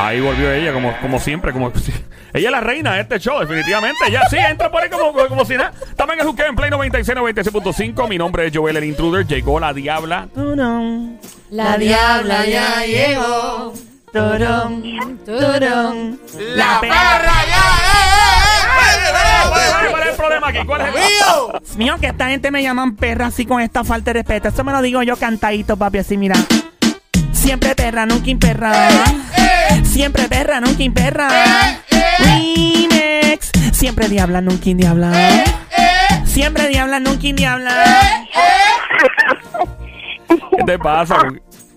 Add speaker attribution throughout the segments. Speaker 1: Ahí volvió ella, como, como siempre, como ella es la reina de este show, definitivamente. Ella sí entra por ahí como, como, como si nada. También es un en Play 96, 96.5. Mi nombre es Joel el Intruder. Llegó la diabla.
Speaker 2: La diabla ya llegó. Turón, turón.
Speaker 1: La perra ya. ¿Cuál es el problema aquí? ¿Cuál es el
Speaker 3: ¡Mío! Mío, que esta gente me llaman perra así con esta falta de respeto. Eso me lo digo yo cantadito, papi, así mira. Siempre perra, nunca imperra. Siempre perra, nunca imperra. Remix. Siempre diabla, nunca
Speaker 4: Eh,
Speaker 3: indiabla. Siempre diabla, nunca indiabla.
Speaker 4: eh.
Speaker 1: ¿Qué te pasa?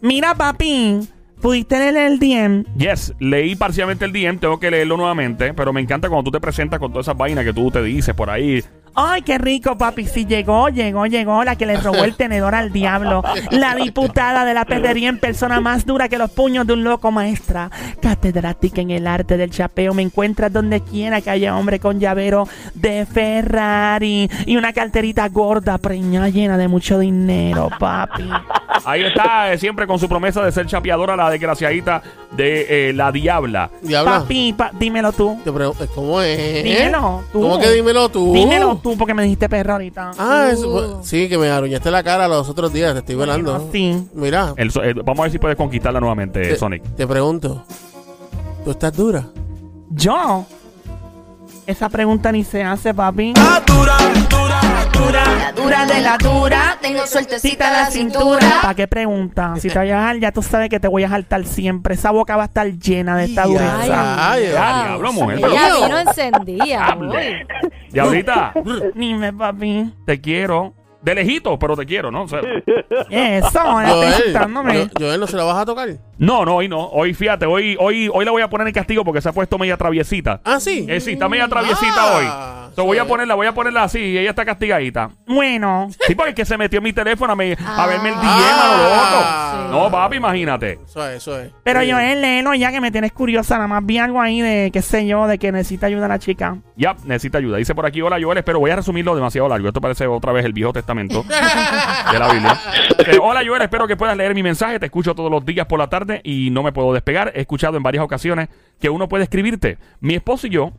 Speaker 3: Mira, papi. ¿Pudiste leer el DM?
Speaker 1: Yes, leí parcialmente el DM, tengo que leerlo nuevamente, pero me encanta cuando tú te presentas con todas esas vainas que tú te dices por ahí.
Speaker 3: Ay, qué rico, papi. Sí, llegó, llegó, llegó la que le robó el tenedor al diablo. La diputada de la perdería en persona más dura que los puños de un loco maestra. Catedrática en el arte del chapeo. Me encuentras donde quiera que haya hombre con llavero de Ferrari y una carterita gorda, preñada, llena de mucho dinero, papi.
Speaker 1: Ahí está, eh, siempre con su promesa de ser chapeadora, la desgraciadita de eh, la diabla.
Speaker 4: Diabla,
Speaker 3: Papi, pa- dímelo tú.
Speaker 4: te pregu- ¿cómo es?
Speaker 3: Dímelo tú.
Speaker 4: ¿Cómo que dímelo tú?
Speaker 3: Dímelo tú, porque me dijiste perro ahorita.
Speaker 4: Uh. Ah, eso fue- sí, que me arruinaste la cara los otros días, te estoy velando.
Speaker 3: sí.
Speaker 4: Mira,
Speaker 1: El so- eh, vamos a ver si puedes conquistarla nuevamente, eh,
Speaker 4: te,
Speaker 1: Sonic.
Speaker 4: te pregunto, ¿tú estás dura?
Speaker 3: ¿Yo? Esa pregunta ni se hace, papi.
Speaker 2: La dura de la dura. Tengo sueltecita la cintura.
Speaker 3: ¿Para qué pregunta? Si te voy a jalar, ya tú sabes que te voy a saltar siempre. Esa boca va a estar llena de esta
Speaker 4: Ya,
Speaker 3: dureza.
Speaker 4: ay,
Speaker 1: Ah,
Speaker 4: ay.
Speaker 1: diablo, mujer, pero-
Speaker 2: Ella vino encendida.
Speaker 1: Diablo.
Speaker 2: uy.
Speaker 1: Diablita,
Speaker 3: Dime, papi.
Speaker 1: te quiero. De lejito, pero te quiero, ¿no? O sea,
Speaker 3: Eso, Ah, estoy
Speaker 4: Joel,
Speaker 3: insultándome.
Speaker 4: Jo- Joel, ¿no se la vas a tocar?
Speaker 1: no, no, hoy no. Hoy, fíjate, hoy, hoy, hoy la voy a poner en castigo porque se ha puesto media traviesita.
Speaker 4: Ah, sí.
Speaker 1: Eh, sí, está media traviesita
Speaker 4: Ah,
Speaker 1: hoy. So, voy a
Speaker 4: sí.
Speaker 1: ponerla, voy a ponerla así y ella está castigadita.
Speaker 3: Bueno,
Speaker 1: Sí, porque es que se metió en mi teléfono a, me- a verme el DM
Speaker 4: Ah.
Speaker 1: a lo loco. No, papi, imagínate.
Speaker 4: Eso es, eso es.
Speaker 3: pero
Speaker 4: Sí.
Speaker 3: yo es léelo ya que me tienes curiosa. Nada más vi algo ahí de, qué sé yo, de que necesita ayuda a la chica.
Speaker 1: Ya, necesita ayuda. Dice por aquí, hola Joel, pero voy a resumirlo demasiado largo. Esto parece otra vez el Viejo Testamento de la Biblia. Eh, hola Joel, espero que puedas leer mi mensaje. Te escucho todos los días por la tarde y no me puedo despegar. He escuchado en varias ocasiones que uno puede escribirte. Mi esposo y yo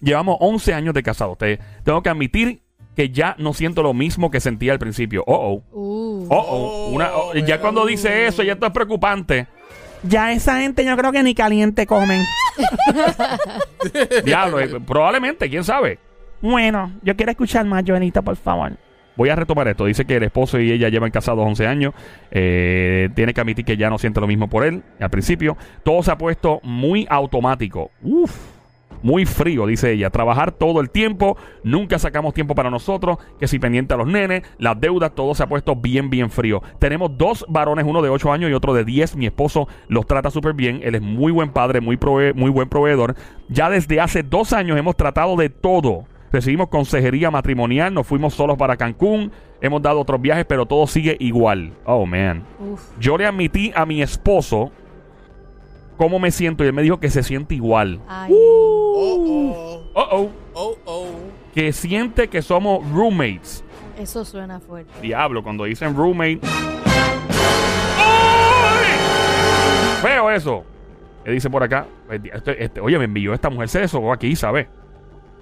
Speaker 1: llevamos 11 años de casados. Te tengo que admitir que ya no siento lo mismo que sentía al principio. Oh, oh.
Speaker 2: Uh.
Speaker 1: Oh, oh. Una- oh, ya cuando dice eso, ya esto es preocupante.
Speaker 3: Ya esa gente yo creo que ni caliente comen.
Speaker 1: Diablo, eh, probablemente, quién sabe.
Speaker 3: Bueno, yo quiero escuchar más, Joelita, por favor.
Speaker 1: Voy a retomar esto. Dice que el esposo y ella llevan casados 11 años. Eh, tiene que admitir que ya no siente lo mismo por él. Al principio, todo se ha puesto muy automático. Uf. Muy frío, dice ella. Trabajar todo el tiempo. Nunca sacamos tiempo para nosotros. Que si pendiente a los nenes, las deudas, todo se ha puesto bien, bien frío. Tenemos dos varones, uno de 8 años y otro de 10. Mi esposo los trata súper bien. Él es muy buen padre, muy, prove- muy buen proveedor. Ya desde hace dos años hemos tratado de todo. Recibimos consejería matrimonial, nos fuimos solos para Cancún, hemos dado otros viajes, pero todo sigue igual. Oh, man.
Speaker 2: Uf.
Speaker 1: Yo le admití a mi esposo cómo me siento y él me dijo que se siente igual.
Speaker 2: Ay.
Speaker 1: Uh.
Speaker 4: Oh,
Speaker 1: Oh, oh.
Speaker 4: oh, oh, oh.
Speaker 1: Que siente que somos roommates.
Speaker 2: Eso suena fuerte.
Speaker 1: Diablo, cuando dicen roommate. ¡Ay! Feo eso. ¿Qué dice por acá? Este- este- este- oye, me envió esta mujer, se desahogó aquí, ¿sabes?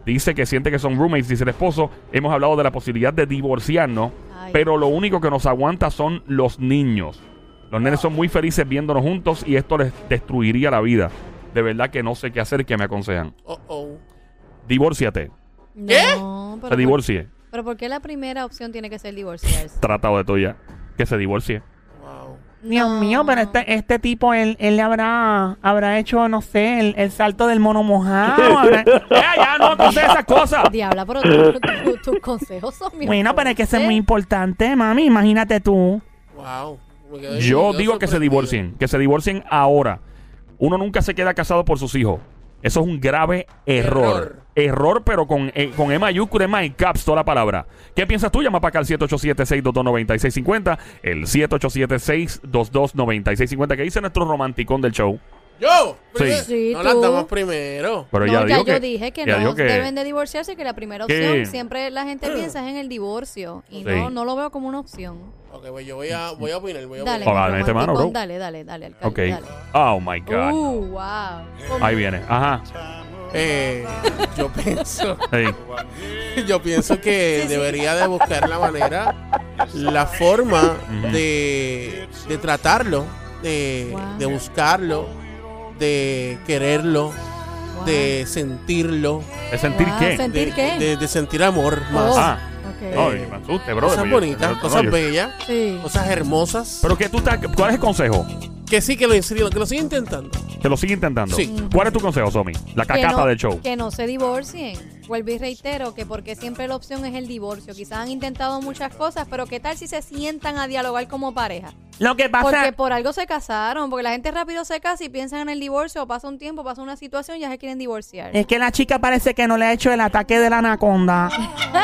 Speaker 1: Dice que siente que son roommates, dice el esposo. Hemos hablado de la posibilidad de divorciarnos,
Speaker 2: Ay.
Speaker 1: pero lo único que nos aguanta son los niños. Los nenes son muy felices viéndonos juntos y esto les destruiría la vida. De verdad que no sé qué hacer, que me aconsejan.
Speaker 4: Oh, oh.
Speaker 1: Divórciate,
Speaker 2: No,
Speaker 1: se
Speaker 5: pues,
Speaker 2: pero, por,
Speaker 1: divorcie.
Speaker 2: pero ¿por qué la primera opción tiene que ser divorciarse?
Speaker 1: Tratado de todo ya. Que se divorcie.
Speaker 4: Wow.
Speaker 3: Dios
Speaker 2: No.
Speaker 3: mío, pero este, este tipo, él, él le habrá, habrá hecho, no sé, el, el salto del mono mojado. habrá-
Speaker 1: ¡Eh, ya no, no sé esas cosas!
Speaker 2: Diabla, pero tú- tú- tus consejos son míos.
Speaker 3: bueno, pero es que eso es muy
Speaker 5: ¿eh?
Speaker 3: importante, mami, imagínate tú.
Speaker 4: Wow. Me quedé-
Speaker 1: Yo
Speaker 4: me quedé
Speaker 1: digo que se
Speaker 4: sorprendido.
Speaker 1: divorcien, que se divorcien ahora. Uno nunca se queda casado por sus hijos. Eso es un grave error. Error, pero con, eh, con E mayúscula, E en caps, toda la palabra. ¿Qué piensas tú? Llama para acá al 787-622-9650. El 787-622-9650. ¿Qué dice nuestro romanticón del show?
Speaker 4: Yo.
Speaker 1: Sí.
Speaker 4: primero.
Speaker 5: Sí,
Speaker 4: no la
Speaker 5: tú.
Speaker 4: damos primero.
Speaker 1: Pero
Speaker 5: No,
Speaker 1: ya, dijo
Speaker 5: yo
Speaker 1: que,
Speaker 5: dije que
Speaker 1: ella
Speaker 5: no
Speaker 1: dijo que-
Speaker 5: deben de divorciarse, que la primera
Speaker 1: que-
Speaker 5: opción, siempre la gente piensa es en el divorcio. Y no,
Speaker 1: Sí.
Speaker 5: no lo veo como una opción.
Speaker 4: Ok, pues yo voy a, voy a opinar. Voy a
Speaker 5: Dale,
Speaker 1: Oh,
Speaker 4: opinar.
Speaker 1: dale,
Speaker 5: Juan
Speaker 1: mete mano,
Speaker 5: Picón,
Speaker 1: bro.
Speaker 5: dale, dale, dale, alcalde,
Speaker 1: Ok. Oh my God.
Speaker 5: dale. Uh, wow.
Speaker 1: Ahí viene. Ajá.
Speaker 4: Eh, yo pienso,
Speaker 1: Sí.
Speaker 4: yo pienso que debería de buscar la manera, la forma
Speaker 1: Ujú.
Speaker 4: de, de tratarlo, de,
Speaker 5: Wow.
Speaker 4: de buscarlo, de quererlo,
Speaker 5: Wow.
Speaker 4: de sentirlo,
Speaker 1: ¿Es sentir
Speaker 5: Wow,
Speaker 1: qué?
Speaker 5: Ah, sen-
Speaker 4: de,
Speaker 5: ¿Sentir qué?
Speaker 4: de- de sentir amor más.
Speaker 5: Oh.
Speaker 1: Ah.
Speaker 5: Ok.
Speaker 4: Oh,
Speaker 1: Ay, me asuste, bro.
Speaker 4: Cosas bonitas, cosas bellas,
Speaker 5: Sí.
Speaker 4: cosas hermosas.
Speaker 1: Pero que tú estás, ¿cuál es el consejo?
Speaker 4: Que sí, que lo, que lo sigue intentando.
Speaker 1: Que lo sigue intentando.
Speaker 4: Sí.
Speaker 1: ¿Cuál es tu consejo, Somi? La
Speaker 5: que
Speaker 1: cacata
Speaker 5: no-
Speaker 1: del show.
Speaker 5: Que no se divorcien. Vuelvo y reitero que porque siempre la opción es el divorcio. Quizás han intentado muchas cosas, pero ¿qué tal si se sientan a dialogar como pareja?
Speaker 3: Lo que
Speaker 5: Porque
Speaker 3: pasa.
Speaker 5: por algo se casaron, porque la gente rápido se casa y piensan en el divorcio, pasa un tiempo, pasa una situación y ya se quieren divorciar.
Speaker 3: Es que la chica parece que no le ha hecho el ataque de la anaconda.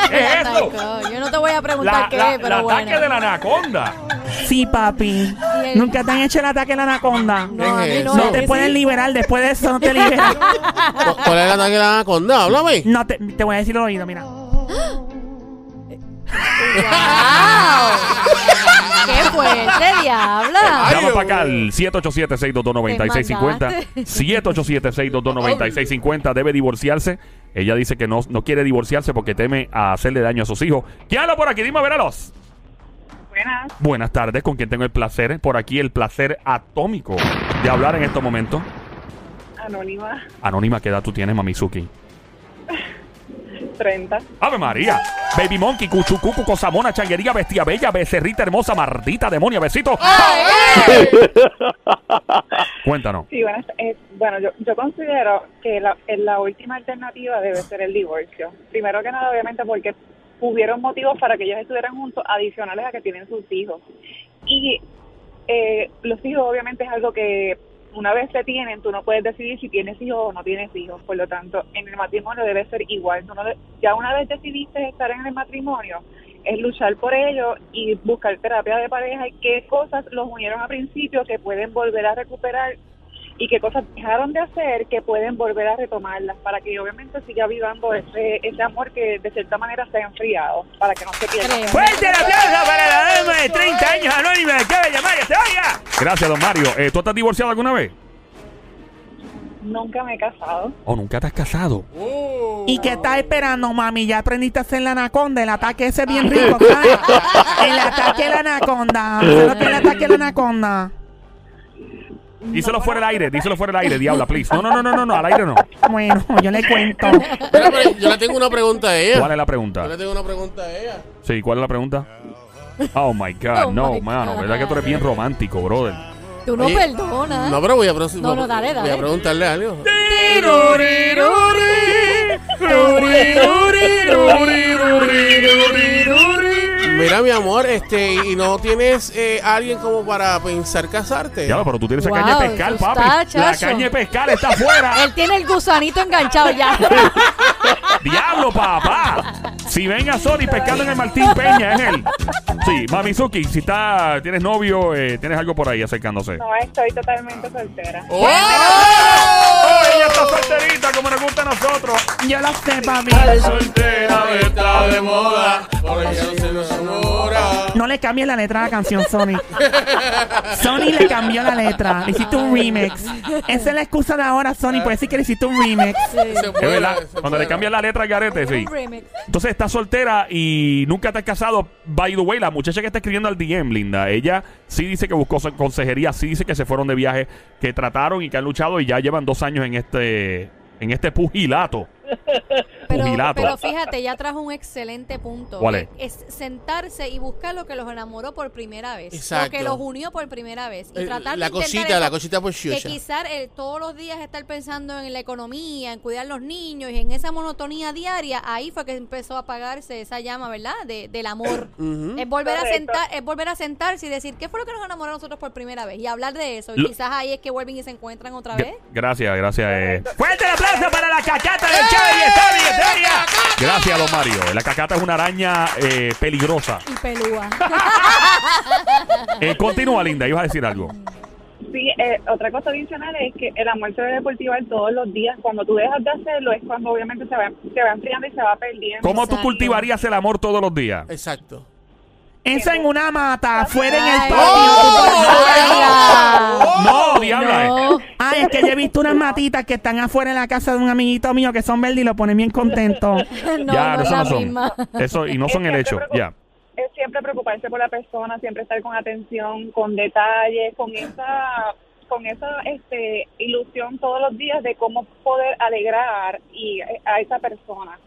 Speaker 1: ¿Qué es
Speaker 5: Ay,
Speaker 1: eso?
Speaker 5: God, Yo no te voy a preguntar
Speaker 1: La,
Speaker 5: qué,
Speaker 1: la- el
Speaker 5: pero
Speaker 1: ataque
Speaker 5: bueno.
Speaker 1: de la anaconda.
Speaker 3: Sí, papi.
Speaker 5: el-
Speaker 3: Nunca te han hecho el ataque de la anaconda.
Speaker 5: No, a mí no.
Speaker 3: No
Speaker 5: a
Speaker 3: te
Speaker 5: mí
Speaker 3: pueden
Speaker 5: sí.
Speaker 3: liberar, después de eso no te liberan.
Speaker 4: ¿Cu- ¿Cuál es el ataque de la anaconda? Háblame.
Speaker 3: No, te, te voy a decir el oído, mira.
Speaker 5: ¡Qué fuerte, diabla!
Speaker 1: Llama para acá al 787-622-9650.
Speaker 5: Ah. Te mandaste.
Speaker 1: 787-622-9650. Debe divorciarse. Ella dice que no, no quiere divorciarse porque teme a hacerle daño a sus hijos. ¿Quién habla por aquí? Dime, véralos.
Speaker 6: Buenas,
Speaker 1: Buenas tardes, con quien tengo el placer, por aquí el placer atómico de hablar en estos momentos.
Speaker 6: anónima,
Speaker 1: Anónima, ¿qué edad tú tienes, Mamizuki?
Speaker 6: 30.
Speaker 1: Ave María, Baby Monkey, Cuchucucu, Cosamona, Changuería, Bestia Bella, Becerrita Hermosa, Mardita, Demonia, Besito. Cuéntanos.
Speaker 6: Sí, buenas, eh, bueno, yo, yo considero que la, eh, la última alternativa debe ser el divorcio. Primero que nada, obviamente, porque hubieron motivos para que ellos estuvieran juntos, adicionales a que tienen sus hijos. Y eh, los hijos, obviamente, es algo que una vez se tienen, tú no puedes decidir si tienes hijos o no tienes hijos. Por lo tanto, en el matrimonio debe ser igual. Tú no de- ya una vez decidiste estar en el matrimonio, es luchar por ello y buscar terapia de pareja y qué cosas los unieron a principio que pueden volver a recuperar y qué cosas dejaron de hacer que pueden volver a retomarlas para que obviamente siga vivando ese, ese amor que de cierta manera se ha enfriado para que no se pierda.
Speaker 5: Tremendo.
Speaker 1: ¡Fuerte el aplauso para la dama de 30 Eh, años anónima que acaba de llamar que se oiga! Gracias, don Mario. Eh, ¿Tú estás divorciado alguna vez?
Speaker 6: Nunca me he casado.
Speaker 1: ¿O nunca te has casado?
Speaker 3: ¿Y qué estás esperando, mami? Ya aprendiste a hacer la anaconda. El ataque ese es bien rico, ¿sabes? El ataque de la anaconda. ¿Sabes lo que es el ataque de la anaconda?
Speaker 1: Díselo fuera el aire, díselo fuera el aire, diabla, please. No, no, no, no, no, no al aire no.
Speaker 3: Bueno, yo le cuento.
Speaker 4: Mira, pero yo le tengo una pregunta a ella.
Speaker 1: ¿Cuál es
Speaker 4: Yo
Speaker 1: la
Speaker 4: le
Speaker 1: pregunta?
Speaker 4: tengo una pregunta a ella.
Speaker 1: Sí, ¿cuál es la pregunta? Oh my God,
Speaker 5: Oh
Speaker 1: no,
Speaker 5: my
Speaker 1: mano.
Speaker 5: God.
Speaker 1: ¿Verdad que tú eres bien romántico, brother?
Speaker 5: Tú no
Speaker 4: Oye,
Speaker 5: perdonas.
Speaker 4: No, pero voy a, pro-
Speaker 5: No, no, dale,
Speaker 4: voy a
Speaker 5: dale.
Speaker 4: preguntarle algo. Mira, mi amor, este, y no tienes eh, alguien como para pensar casarte.
Speaker 1: Ya, pero tú tienes
Speaker 5: Wow,
Speaker 1: la caña de pescar,
Speaker 5: eso
Speaker 1: papi.
Speaker 5: está
Speaker 1: la
Speaker 5: chazo.
Speaker 1: caña de pescar está afuera.
Speaker 5: Él tiene el gusanito enganchado ya.
Speaker 1: ¡Diablo, papá! Si venga Sony pescando en el Martín Peña, es él. Sí, Mamizuki, si está, tienes novio, eh, tienes algo por ahí acercándose.
Speaker 6: No, estoy totalmente soltera.
Speaker 4: ¡Oh!
Speaker 1: ¡Oh, ella está solterita, como nos gusta a nosotros!
Speaker 3: Yo lo sé, papi.
Speaker 4: Soltera está de moda, ahora ya no se nos enamora.
Speaker 3: No le cambies la letra a la canción, Sony. Sony le cambió la letra. Le hiciste un remix. Esa es la excusa de ahora, Sony, por decir que le hiciste un remix.
Speaker 4: Se
Speaker 1: Es verdad,
Speaker 4: se
Speaker 1: cuando le
Speaker 4: puede.
Speaker 1: cambian la letra a Garete, sí.
Speaker 5: Un remix.
Speaker 1: Entonces estás soltera y nunca te has casado. By the way, la muchacha que está escribiendo al DM, linda, ella sí dice que buscó son- consejería, sí dice que se fueron de viaje, que trataron y que han luchado y ya llevan dos años en este, en este pugilato.
Speaker 5: Pero,
Speaker 1: Pugilato.
Speaker 5: pero fíjate, ya trajo un excelente punto.
Speaker 1: ¿Cuál es?
Speaker 5: Es sentarse y buscar lo que los enamoró por primera vez.
Speaker 4: Exacto.
Speaker 5: Lo que los unió por primera vez. Y
Speaker 4: Eh,
Speaker 5: tratar
Speaker 4: La
Speaker 5: de intentar
Speaker 4: cosita,
Speaker 5: eso.
Speaker 4: la cosita pues
Speaker 5: Que
Speaker 4: chucha.
Speaker 5: quizás eh, todos los días estar pensando en la economía, en cuidar los niños y en esa monotonía diaria, ahí fue que empezó a apagarse esa llama, ¿verdad? De, del amor.
Speaker 4: Ujú.
Speaker 5: Es volver, a
Speaker 6: Correcto.
Speaker 5: sentar, es volver a sentarse y decir, ¿qué fue lo que nos enamoró a nosotros por primera vez? Y hablar de eso. Y
Speaker 1: Lo-
Speaker 5: quizás ahí es que vuelven y se encuentran otra
Speaker 1: Gra-
Speaker 5: vez.
Speaker 1: gracias, gracias. eh. ¡Fuerte el aplauso para la cacata del Chávez y Estadio y Estadio! Gracias, don Mario. La cacata es una araña eh, peligrosa.
Speaker 5: Y pelúa.
Speaker 1: Eh, continúa, linda, ibas a decir algo.
Speaker 6: Sí, eh, otra cosa adicional es que el amor se debe cultivar todos los días. Cuando tú dejas de hacerlo es cuando obviamente se va, se va enfriando y se va perdiendo.
Speaker 1: ¿Cómo tú
Speaker 5: Exacto.
Speaker 1: cultivarías el amor todos los días?
Speaker 4: Exacto.
Speaker 3: Eso en una mata, afuera en el
Speaker 5: Ay, ¡Oh!
Speaker 1: ¡Oh!
Speaker 3: patio.
Speaker 5: diabla.
Speaker 1: No, diabla. eh.
Speaker 5: No.
Speaker 3: Ay, es que yo he visto unas matitas que están afuera en la casa de un amiguito mío que son verdes y lo ponen bien contento.
Speaker 5: No,
Speaker 1: ¡Oh! ya,
Speaker 5: no es
Speaker 1: eso no
Speaker 5: la
Speaker 1: son.
Speaker 5: misma.
Speaker 1: Eso, y no
Speaker 6: Es
Speaker 1: son el
Speaker 6: siempre
Speaker 1: hecho.
Speaker 6: preocup-
Speaker 1: Ya.
Speaker 6: Es siempre preocuparse por la persona, siempre estar con atención, con detalles, con esa con esa este, ilusión todos los días de cómo poder alegrar y eh, a esa persona.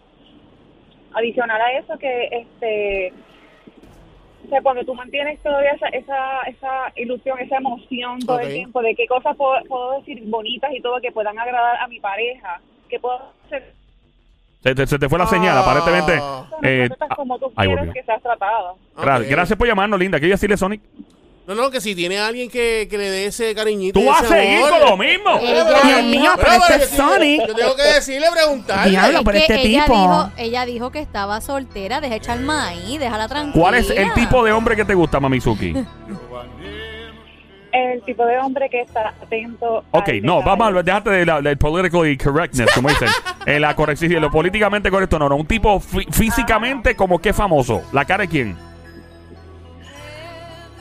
Speaker 6: Adicional a eso que este o sea, cuando tú mantienes todavía esa, esa, esa ilusión, esa emoción todo
Speaker 4: Ok.
Speaker 6: el tiempo de qué cosas puedo, puedo decir bonitas y todo que puedan agradar a mi pareja, que puedo hacer
Speaker 1: Se te, se te fue la
Speaker 4: Ah.
Speaker 1: señal, aparentemente. eh,
Speaker 6: cosas como tú
Speaker 1: ah, ahí
Speaker 6: quieres
Speaker 1: volvió.
Speaker 6: que seas tratado.
Speaker 4: Ok.
Speaker 1: Gra- Gracias por llamarnos, linda. Quiero decirle, Sonic.
Speaker 4: No, no, que si tiene a alguien que, que le dé ese cariñito.
Speaker 1: Tú
Speaker 4: y
Speaker 1: vas a
Speaker 4: ese
Speaker 1: seguir
Speaker 4: amor. Eh,
Speaker 1: con lo mismo.
Speaker 5: Ella
Speaker 3: Dios
Speaker 5: dijo-
Speaker 3: mío, pero este es
Speaker 4: yo tengo-
Speaker 3: Sonic.
Speaker 4: Yo tengo que decirle, preguntarle.
Speaker 3: Diablo, pero
Speaker 5: Es que
Speaker 3: este
Speaker 5: ella
Speaker 3: tipo.
Speaker 5: Dijo, ella dijo que estaba soltera, deja echar maíz, déjala tranquila.
Speaker 1: ¿Cuál es el tipo de hombre que te gusta, Mamizuki?
Speaker 6: El tipo de hombre que está atento.
Speaker 1: Ok,
Speaker 6: al
Speaker 1: no,
Speaker 6: detalle.
Speaker 1: vamos a déjate de la, del politically correctness, como dicen. Eh, la corrección, lo políticamente correcto, no, no. Un tipo fí- físicamente como que famoso. ¿La cara de quién?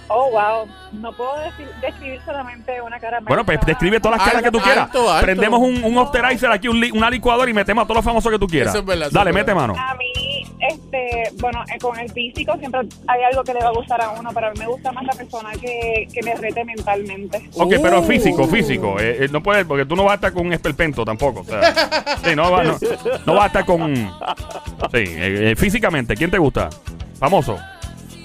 Speaker 6: Oh, wow. No puedo decir- describir solamente una cara.
Speaker 1: Bueno, pues describe todas las caras que tú
Speaker 4: Alto,
Speaker 1: quieras.
Speaker 4: alto, alto.
Speaker 1: Prendemos un, un Osterizer aquí, un li- una licuadora y metemos a todos los famosos que tú quieras.
Speaker 4: Eso es verdad, eso
Speaker 1: Dale,
Speaker 4: es
Speaker 1: mete
Speaker 4: verdad.
Speaker 1: mano.
Speaker 6: A mí, este, bueno, eh, con el físico siempre hay algo que le va a gustar a uno, pero a mí me gusta más la persona que, que me rete mentalmente.
Speaker 1: Ok, pero
Speaker 4: Uh.
Speaker 1: físico, físico. Eh, eh, no puedes, porque tú no vas a estar con un esperpento tampoco. O sea, sí, no, va- no, no vas a estar con. Sí, eh, eh, físicamente, ¿quién te gusta? Famoso.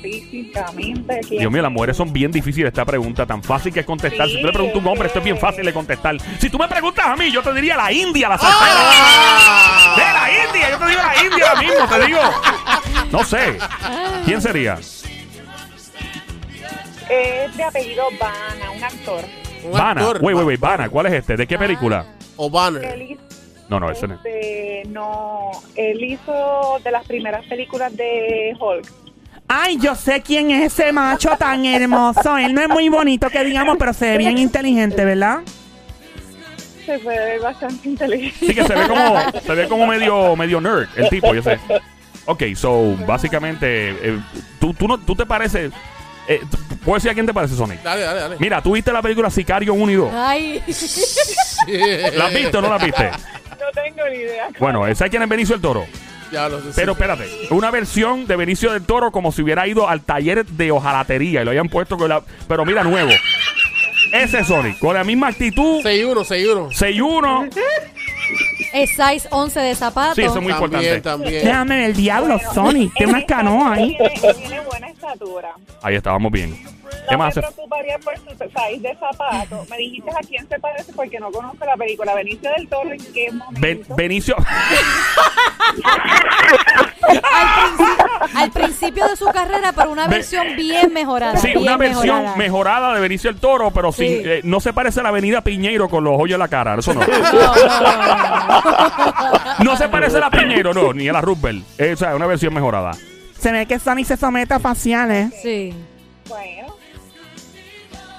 Speaker 6: Físicamente. ¿quién?
Speaker 1: Dios mío, las mujeres son bien difíciles esta pregunta, tan fácil que es contestar. Si tú le preguntas a un hombre, esto es bien fácil de contestar. Si tú me preguntas a mí, yo te diría la India, la
Speaker 4: ¡Ah!
Speaker 1: sartera. De la India, yo te digo la India ahora mismo, te digo. No sé. ¿Quién sería?
Speaker 6: Es de apellido Bana, un actor.
Speaker 4: Un
Speaker 1: Vana.
Speaker 4: actor.
Speaker 1: Wey, wey, wey, Vana, ¿cuál es este? ¿De qué película?
Speaker 4: O Banner.
Speaker 6: Él hizo,
Speaker 1: No, no, ese no. es.
Speaker 6: este, no, él hizo de las primeras películas de Hulk.
Speaker 3: Ay, yo sé quién es ese macho tan hermoso. Él no es muy bonito que digamos, pero se ve bien inteligente, ¿verdad?
Speaker 6: Se puede ver bastante inteligente.
Speaker 1: Sí que se ve como, se ve como medio, medio nerd el tipo, yo sé. Ok, so, básicamente, eh, tú, tú, no, tú te pareces... Eh, tú- ¿Puedo decir a quién te parece, Sonic?
Speaker 4: Dale, dale, dale.
Speaker 1: Mira, tú viste la película Sicario 1 y 2.
Speaker 5: Ay,
Speaker 1: ¿La has visto o no la viste?
Speaker 6: No tengo ni idea.
Speaker 1: Bueno, ¿sabes quién es Benicio del Toro?
Speaker 4: Ya lo sé.
Speaker 1: Pero
Speaker 4: sí.
Speaker 1: espérate, una versión de Benicio del Toro como si hubiera ido al taller de hojalatería y lo hayan puesto con la... Pero mira, nuevo. Ese es Sonic, con la misma actitud,
Speaker 4: 6-1, 6-1.
Speaker 1: 6-1.
Speaker 5: es size 11 de zapato.
Speaker 1: Sí, eso es muy importante.
Speaker 4: También, también.
Speaker 3: Déjame ver el diablo,
Speaker 6: Bueno,
Speaker 3: Sonic. Tiene unas
Speaker 6: esta-
Speaker 3: canoas ahí.
Speaker 6: Tiene, tiene buena estatura.
Speaker 1: Ahí está, vamos bien. ¿Qué
Speaker 6: No me
Speaker 1: más hace?
Speaker 6: preocuparía por su país de zapato. Me dijiste a quién se parece porque no conozco la película. Benicio del Toro, ¿en qué momento?
Speaker 1: Ben- Benicio...
Speaker 5: al, principi- al principio de su carrera, pero una
Speaker 1: Ve-
Speaker 5: versión bien mejorada.
Speaker 1: Sí,
Speaker 5: bien
Speaker 1: una versión
Speaker 5: mejorada.
Speaker 1: mejorada. de Benicio el Toro, pero sin,
Speaker 5: Sí.
Speaker 1: eh, no se parece a la Avenida Piñeiro con los hoyos en la cara. Eso no.
Speaker 5: No, no, no, no, no.
Speaker 1: No se parece a la Piñeiro, no, ni a la Roosevelt. Eh, o sea, una versión mejorada.
Speaker 3: Se ve que Sonic se somete a faciales.
Speaker 5: Sí.
Speaker 6: Bueno,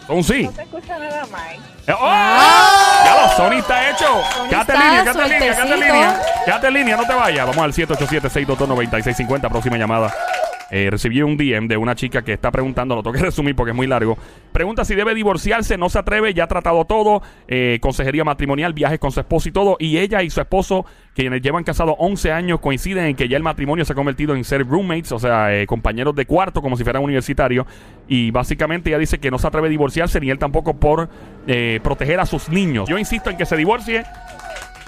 Speaker 1: Un sí.
Speaker 6: no se escucha nada más.
Speaker 1: Eh, ¡Oh!
Speaker 5: Ah.
Speaker 1: Ya lo, Sony está hecho. Quédate en línea,
Speaker 5: está
Speaker 1: quédate en línea, quédate en
Speaker 5: sueltecito.
Speaker 1: línea. Quédate en línea, no te vayas. Vamos al 787-622-9650, próxima llamada. Eh, recibí un DM de una chica que está preguntando, lo tengo que resumir porque es muy largo. Pregunta si debe divorciarse, no se atreve, ya ha tratado todo, eh, consejería matrimonial, viajes con su esposo y todo. Y ella y su esposo, quienes llevan casados 11 años, coinciden en que ya el matrimonio se ha convertido en ser roommates, o sea, eh, compañeros de cuarto, como si fueran universitarios. Y básicamente ella dice que no se atreve a divorciarse, ni él tampoco por eh, proteger a sus niños. Yo insisto en que se divorcie,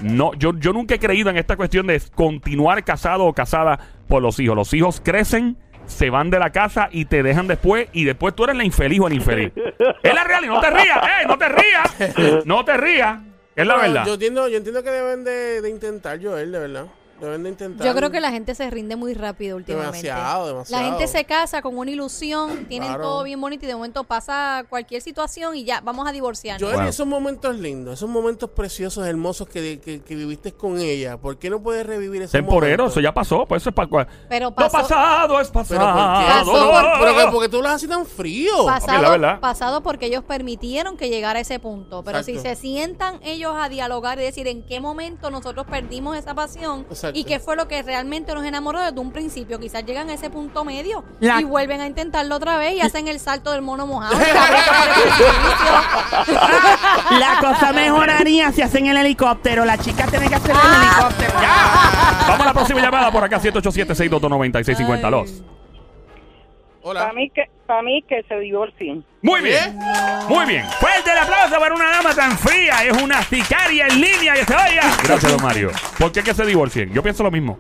Speaker 1: no, yo, yo nunca he creído en esta cuestión de continuar casado o casada por los hijos. Los hijos crecen, se van de la casa y te dejan después, y después tú eres la infeliz o el infeliz. es la realidad, no te rías, eh, no te rías, no te rías. Es la verdad.
Speaker 4: Yo entiendo, yo entiendo que deben de, de intentar, Joel, de verdad. Deben de intentar.
Speaker 5: Yo creo que la gente se rinde muy rápido últimamente.
Speaker 4: Demasiado, demasiado.
Speaker 5: La gente se casa con una ilusión, tienen
Speaker 4: Claro.
Speaker 5: todo bien bonito y de momento pasa cualquier situación y ya, vamos a divorciarnos.
Speaker 4: Joel,
Speaker 1: Wow.
Speaker 4: esos momentos lindos, esos momentos preciosos, hermosos que, que, que viviste con ella, ¿por qué no puedes revivir esos
Speaker 1: Temporero,
Speaker 4: momentos?
Speaker 1: eso ya pasó. Pues eso es para.
Speaker 5: Pero
Speaker 1: Lo
Speaker 5: pasó-
Speaker 1: pasado es
Speaker 4: Pero ¿por qué?
Speaker 1: pasado.
Speaker 5: Pasó por-
Speaker 4: Pero que- porque tú lo haces tan frío.
Speaker 1: Ok, la
Speaker 5: pasado,
Speaker 1: verdad.
Speaker 5: pasado porque ellos permitieron que llegara a ese punto. Pero si
Speaker 4: Exacto.
Speaker 5: se sientan ellos a dialogar y decir en qué momento nosotros perdimos esa pasión
Speaker 4: Exacto.
Speaker 5: y qué fue lo que realmente nos enamoró desde un principio, quizás llegan a ese punto medio
Speaker 3: La-
Speaker 5: y vuelven a intentarlo otra vez y hacen el salto del mono mojado. Cabrón, que parece un edificio.
Speaker 3: La cosa mejoraría si hacen el helicóptero. La chica tiene que hacer el helicóptero.
Speaker 1: Vamos a la próxima llamada por acá, 787-622-9650. Los.
Speaker 4: Hola.
Speaker 6: Para mí, que, para mí que se divorcien.
Speaker 1: Muy bien. Muy bien. Fuerte el aplauso para una dama tan fría. Es una sicaria en línea que se oiga. Gracias, don Mario. ¿Por qué que se divorcien? Yo pienso lo mismo.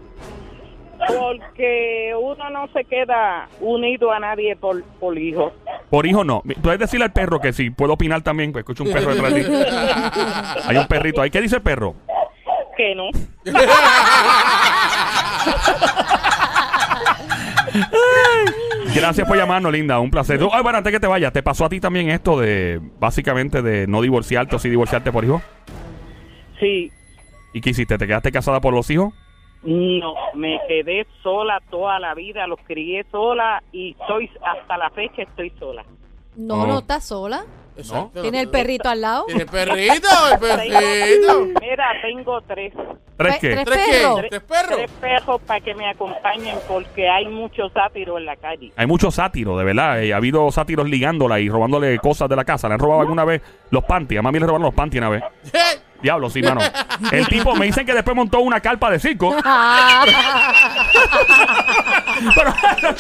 Speaker 6: Porque uno no se queda unido a nadie por, por hijo.
Speaker 1: Por hijo no. Mi- Tú debes decirle al perro que sí. Puedo opinar también. Pues escucho un perro detrás de ti. Hay un perrito ahí. ¿Qué dice el perro?
Speaker 6: Que no.
Speaker 1: Gracias por llamarnos, linda. Un placer. Ay, bueno, antes que te vayas, ¿te pasó a ti también esto de básicamente de no divorciarte o sí divorciarte por hijo?
Speaker 6: Sí,
Speaker 1: ¿Y qué hiciste? ¿Te quedaste casada por los hijos?
Speaker 6: no, me quedé sola toda la vida, los crié sola y estoy, hasta la fecha estoy sola.
Speaker 5: No,
Speaker 1: Oh.
Speaker 5: no estás sola.
Speaker 4: Exacto.
Speaker 5: Tiene el perrito al lado.
Speaker 4: Tiene el perrito, el perrito.
Speaker 6: Mira, tengo tres.
Speaker 1: ¿Tres
Speaker 5: Pe-
Speaker 1: qué?
Speaker 5: tres-
Speaker 4: ¿Tres
Speaker 5: Perro.
Speaker 4: qué? ¿Tres perros?
Speaker 6: Tres perros para que me acompañen porque hay muchos sátiros en la calle.
Speaker 1: Hay muchos sátiros, de verdad. Eh, ha habido sátiros ligándola y robándole cosas de la casa. Le han robado alguna vez los panties. A mami le robaron los panties una vez. Diablo, sí, mano. El tipo me dicen que después montó una carpa de circo.
Speaker 5: Ah.
Speaker 1: Pero-